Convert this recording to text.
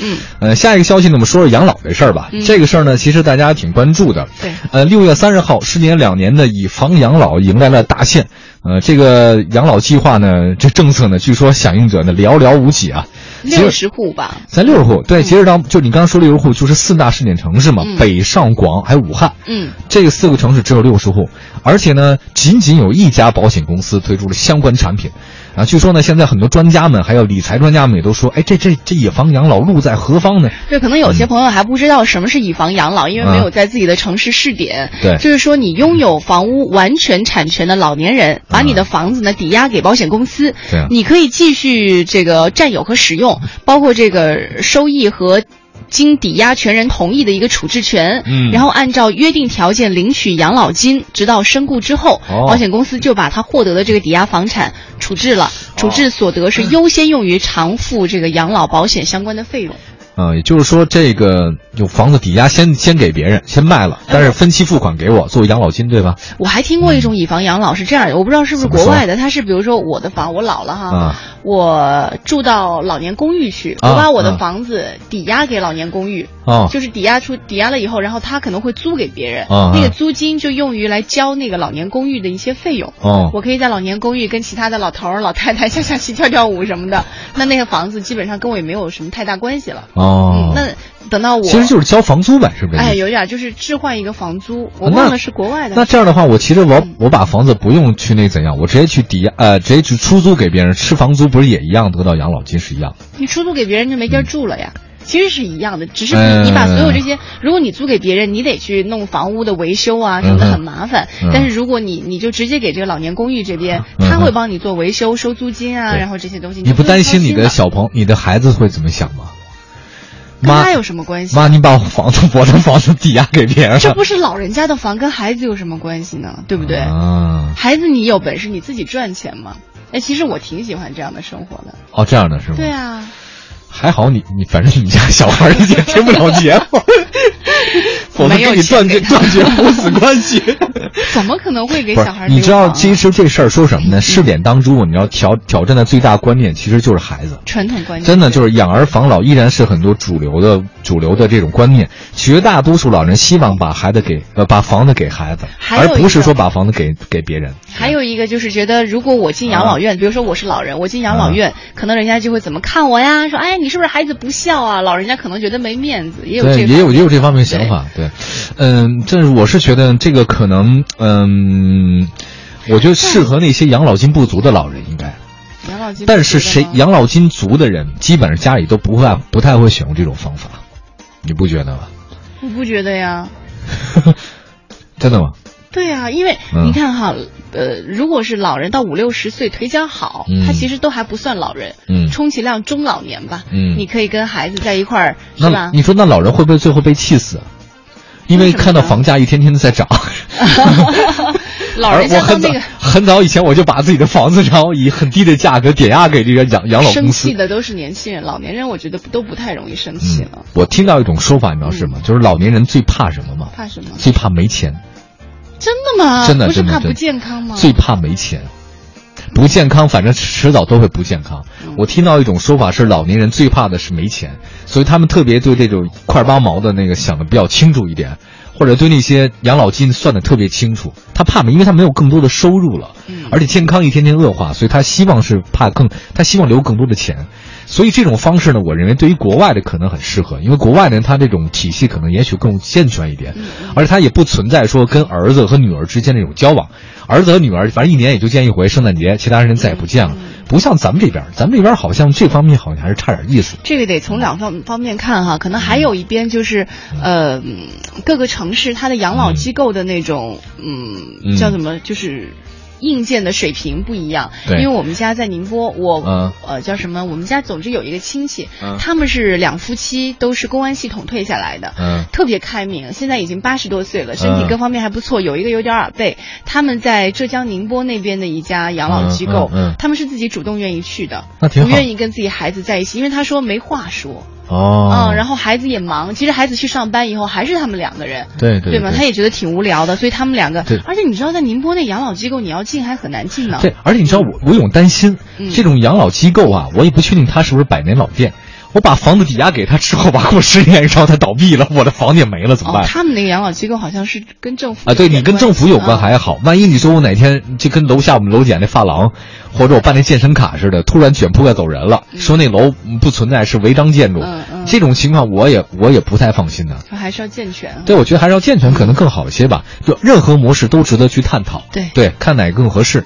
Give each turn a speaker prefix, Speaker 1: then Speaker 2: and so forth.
Speaker 1: 嗯，
Speaker 2: 呃，下一个消息呢，我们说说养老这事儿吧。
Speaker 1: 嗯
Speaker 2: 这个事儿呢，其实大家挺关注的。
Speaker 1: 对
Speaker 2: 呃，六月三十号，时年两年的以房养老迎来了大限。呃，这个养老计划呢，这政策呢，据说响应者呢寥寥无几啊。其实
Speaker 1: 六十户吧，
Speaker 2: 咱六十户，对，截止到就你刚刚说六十户，就是四大试点城市嘛，
Speaker 1: 嗯
Speaker 2: 北上广还有武汉，
Speaker 1: 嗯，
Speaker 2: 这个四个城市只有六十户，而且呢，仅仅有一家保险公司推出了相关产品。啊，据说呢，现在很多专家们还有理财专家们也都说，哎，这这这野房养老路在何方呢？
Speaker 1: 对，可能有些朋友还不知道什么是以房养老，因为没有在自己的城市试点。
Speaker 2: 对
Speaker 1: 就是说你拥有房屋完全产权的老年人，把你的房子呢抵押给保险公司，
Speaker 2: 嗯对啊
Speaker 1: 你可以继续这个占有和使用，包括这个收益和。经抵押权人同意的一个处置权，
Speaker 2: 嗯
Speaker 1: 然后按照约定条件领取养老金，直到身故之后，
Speaker 2: 哦
Speaker 1: 保险公司就把他获得的这个抵押房产处置了，处置所得是优先用于偿付这个养老保险相关的费用。
Speaker 2: 啊，也就是说，这个有房子抵押先先给别人，先卖了，
Speaker 1: 嗯
Speaker 2: 但是分期付款给我做养老金，对吧？
Speaker 1: 我还听过一
Speaker 2: 嗯
Speaker 1: 种以房养老是这样的，我不知道是不是国外的，它是比如说我的房，我老了哈，
Speaker 2: 啊
Speaker 1: 我住到老年公寓去，
Speaker 2: 啊
Speaker 1: 我把我的房子抵押给老年公寓，
Speaker 2: 哦，
Speaker 1: 就是抵押出抵押了以后，然后他可能会租给别人，
Speaker 2: 啊
Speaker 1: 那个租金就用于来交那个老年公寓的一些费用。
Speaker 2: 哦，
Speaker 1: 我可以在老年公寓跟其他的老头儿、老太太下下棋、跳跳舞什么的， 那那个房子基本上跟我也没有什么太大关系了。
Speaker 2: 哦，
Speaker 1: 嗯，那等到我
Speaker 2: 其实就是交房租呗，是不是？
Speaker 1: 哎，有点儿就是置换一个房租，我
Speaker 2: 啊那
Speaker 1: 忘了是国外的
Speaker 2: 那这样的话，我其实我
Speaker 1: 嗯
Speaker 2: 我把房子不用去那怎样，我直接去抵押，呃，直接去出租给别人，吃房租不是也一样得到养老金是一样的？
Speaker 1: 你出租给别人就没地儿住了呀。其实是一样的，只是
Speaker 2: 嗯
Speaker 1: 你你把所有这些，如果你租给别人，你得去弄房屋的维修啊什么
Speaker 2: 嗯
Speaker 1: 的，
Speaker 2: 哼
Speaker 1: 很麻烦
Speaker 2: 嗯。
Speaker 1: 但是如果你你就直接给这个老年公寓这边，
Speaker 2: 嗯哼
Speaker 1: 他会帮你做维修、收租金啊，
Speaker 2: 对
Speaker 1: 然后这些东西。
Speaker 2: 你不
Speaker 1: 用
Speaker 2: 担
Speaker 1: 操
Speaker 2: 心你的
Speaker 1: 了
Speaker 2: 小朋你的孩子会怎么想吗？
Speaker 1: 跟
Speaker 2: 妈
Speaker 1: 他有什么关系？
Speaker 2: 妈，你把我房子我的房子抵押给别人
Speaker 1: 这
Speaker 2: 了，
Speaker 1: 不是老人家的房，跟孩子有什么关系呢？对不对？
Speaker 2: 啊，
Speaker 1: 孩子，你有本事你自己赚钱嘛。哎，其实我挺喜欢这样的生活的。
Speaker 2: 哦，这样的是吗？
Speaker 1: 对啊，
Speaker 2: 还好你你反正你们家小孩儿已经听不了节 目，否则
Speaker 1: 没有
Speaker 2: 跟你
Speaker 1: 钱
Speaker 2: 断绝
Speaker 1: 给他
Speaker 2: 断绝母子关系。
Speaker 1: 怎么可能会给
Speaker 2: 不是
Speaker 1: 小孩，
Speaker 2: 你
Speaker 1: 留
Speaker 2: 知道，
Speaker 1: 房啊
Speaker 2: 其实这事儿说什么呢？试点当中，你要挑挑战的最大观念其实就是孩子。
Speaker 1: 传统观念
Speaker 2: 真的就是养儿防老，依然是很多主流的主流的这种观念。绝大多数老人希望把孩子给呃把房子给孩子，
Speaker 1: 还
Speaker 2: 而
Speaker 1: 有
Speaker 2: 不是
Speaker 1: 一个
Speaker 2: 说把房子给给别人。
Speaker 1: 还有一个就是觉得，如果我进养老院，比如说我是老人，我进养老院，
Speaker 2: 嗯
Speaker 1: 可能人家就会怎么看我呀？说，哎，你是不是孩子不孝啊？老人家可能觉得没面子，也有这
Speaker 2: 对，也
Speaker 1: 个。
Speaker 2: 有也有这方面想法。对，嗯，但是我是觉得这个可能，嗯，我觉得适合那些养老金不足的老人应该。
Speaker 1: 养老金，
Speaker 2: 但是谁？养老金足的人，基本上家里都不会不太会选用这种方法，你不觉得吗？
Speaker 1: 我不觉得呀。
Speaker 2: 真的吗？
Speaker 1: 对啊，因为
Speaker 2: 嗯
Speaker 1: 你看哈，呃，如果是老人到五六十岁腿脚好，
Speaker 2: 嗯
Speaker 1: 他其实都还不算老人，
Speaker 2: 嗯
Speaker 1: 充其量中老年吧。
Speaker 2: 嗯
Speaker 1: 你可以跟孩子在一块儿，是
Speaker 2: 那
Speaker 1: 吧？
Speaker 2: 你 说那老人会不会最后被气死？啊因为
Speaker 1: 为什么
Speaker 2: 看到
Speaker 1: 呢
Speaker 2: 房价一天天的在涨，
Speaker 1: 老人
Speaker 2: 而
Speaker 1: 家
Speaker 2: 我
Speaker 1: 到
Speaker 2: 很早
Speaker 1: 那个
Speaker 2: 很早以前我就把自己的房子，然后以很低的价格抵押给这个养养老
Speaker 1: 生
Speaker 2: 公司
Speaker 1: 气。的都是年轻人，老年人我觉得都不太容易生气了。
Speaker 2: 嗯我听到一种说法，你知道是什么？就是老年人最怕什么吗？
Speaker 1: 怕什么？
Speaker 2: 最怕没钱，
Speaker 1: 真的吗？
Speaker 2: 真的
Speaker 1: 不是
Speaker 2: 真的
Speaker 1: 怕
Speaker 2: 真
Speaker 1: 不
Speaker 2: 的
Speaker 1: 健康吗？
Speaker 2: 最怕没钱。不健康，反正迟早都会不健康。
Speaker 1: 嗯
Speaker 2: 我听到一种说法是，老年人最怕的是没钱，所以他们特别对这种块八毛的那个想的比较清楚一点，或者对那些养老金算的特别清楚。他怕没，因为他没有更多的收入了，
Speaker 1: 嗯
Speaker 2: 而且健康一天天恶化，所以他希望是怕更，他希望留更多的钱。所以这种方式呢，我认为对于国外的可能很适合，因为国外呢，他这种体系可能也许更健全一点，
Speaker 1: 嗯
Speaker 2: 而且他也不存在说跟儿子和女儿之间这种交往，儿子和女儿反正一年也就见一回圣诞节，其他人再也不见了，
Speaker 1: 嗯
Speaker 2: 不像咱们这边儿，咱们这边儿好像这方面好像还是差点意思。
Speaker 1: 这个得从两方方面看哈，可能还有一边就是，呃，嗯各个城市它的养老机构的那种，
Speaker 2: 嗯
Speaker 1: 嗯，叫什么，就是。硬件的水平不一样，
Speaker 2: 对
Speaker 1: 因为我们家在宁波，我、
Speaker 2: 嗯
Speaker 1: 呃叫什么？我们家总之有一个亲戚，
Speaker 2: 嗯
Speaker 1: 他们是两夫妻，都是公安系统退下来的，
Speaker 2: 嗯
Speaker 1: 特别开明，现在已经八十多岁了，身体
Speaker 2: 嗯
Speaker 1: 各方面还不错，有一个有点耳背。他们在浙江宁波那边的一家养老机构，
Speaker 2: 嗯嗯嗯
Speaker 1: 他们是自己主动愿意去的，
Speaker 2: 那挺好
Speaker 1: 不愿意跟自己孩子在一起，因为他说没话说，
Speaker 2: 哦
Speaker 1: 嗯，然
Speaker 2: 后
Speaker 1: 后孩子也忙，其实孩子去上班以后还是他们两个人。
Speaker 2: 对对
Speaker 1: 吗？他也觉得挺无聊的，所以他们两个
Speaker 2: 对，
Speaker 1: 而且你知道，在宁波那养老机构，你要进还很难进呢。
Speaker 2: 对，而且你知道我我有种担心，
Speaker 1: 啊嗯
Speaker 2: 这种养老机构啊，我也不确定它是不是百年老店。我把房子抵押给他之后吧，过十年然后他倒闭了，我的房子也没了，怎么
Speaker 1: 哦
Speaker 2: 办？，
Speaker 1: 他们那个养老机构好像是跟政府
Speaker 2: 啊，对
Speaker 1: 有
Speaker 2: 你跟政府有关
Speaker 1: 啊
Speaker 2: 还好，万一你说我哪天就跟楼下我们楼姐那发廊，或者我办那健身卡似的，突然卷铺盖走人了，说那楼嗯不存在是违章建筑
Speaker 1: 嗯嗯，
Speaker 2: 这种情况我也我也不太放心的。
Speaker 1: 还是要健全啊。
Speaker 2: 对，我觉得还是要健全可能更好一些吧。就任何模式都值得去探讨，
Speaker 1: 对
Speaker 2: 对，看哪个更合适。